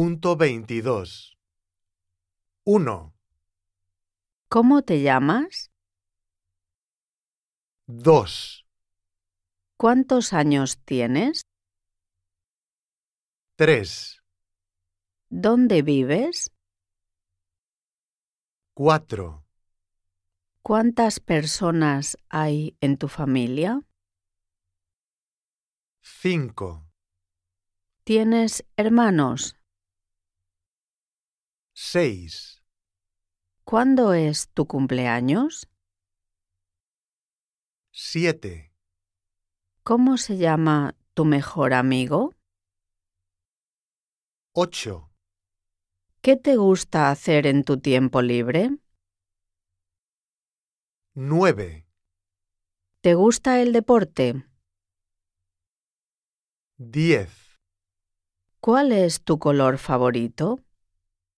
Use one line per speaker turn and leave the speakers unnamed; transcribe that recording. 5.22 1,
¿Cómo te llamas?
2,
¿Cuántos años tienes?
3,
¿Dónde vives?
4,
¿Cuántas personas hay en tu familia?
5,
¿Tienes hermanos?
6,
¿Cuándo es tu cumpleaños?
7,
¿Cómo se llama tu mejor amigo?
8,
¿Qué te gusta hacer en tu tiempo libre?
9,
¿Te gusta el deporte?
10.
¿Cuál es tu color favorito?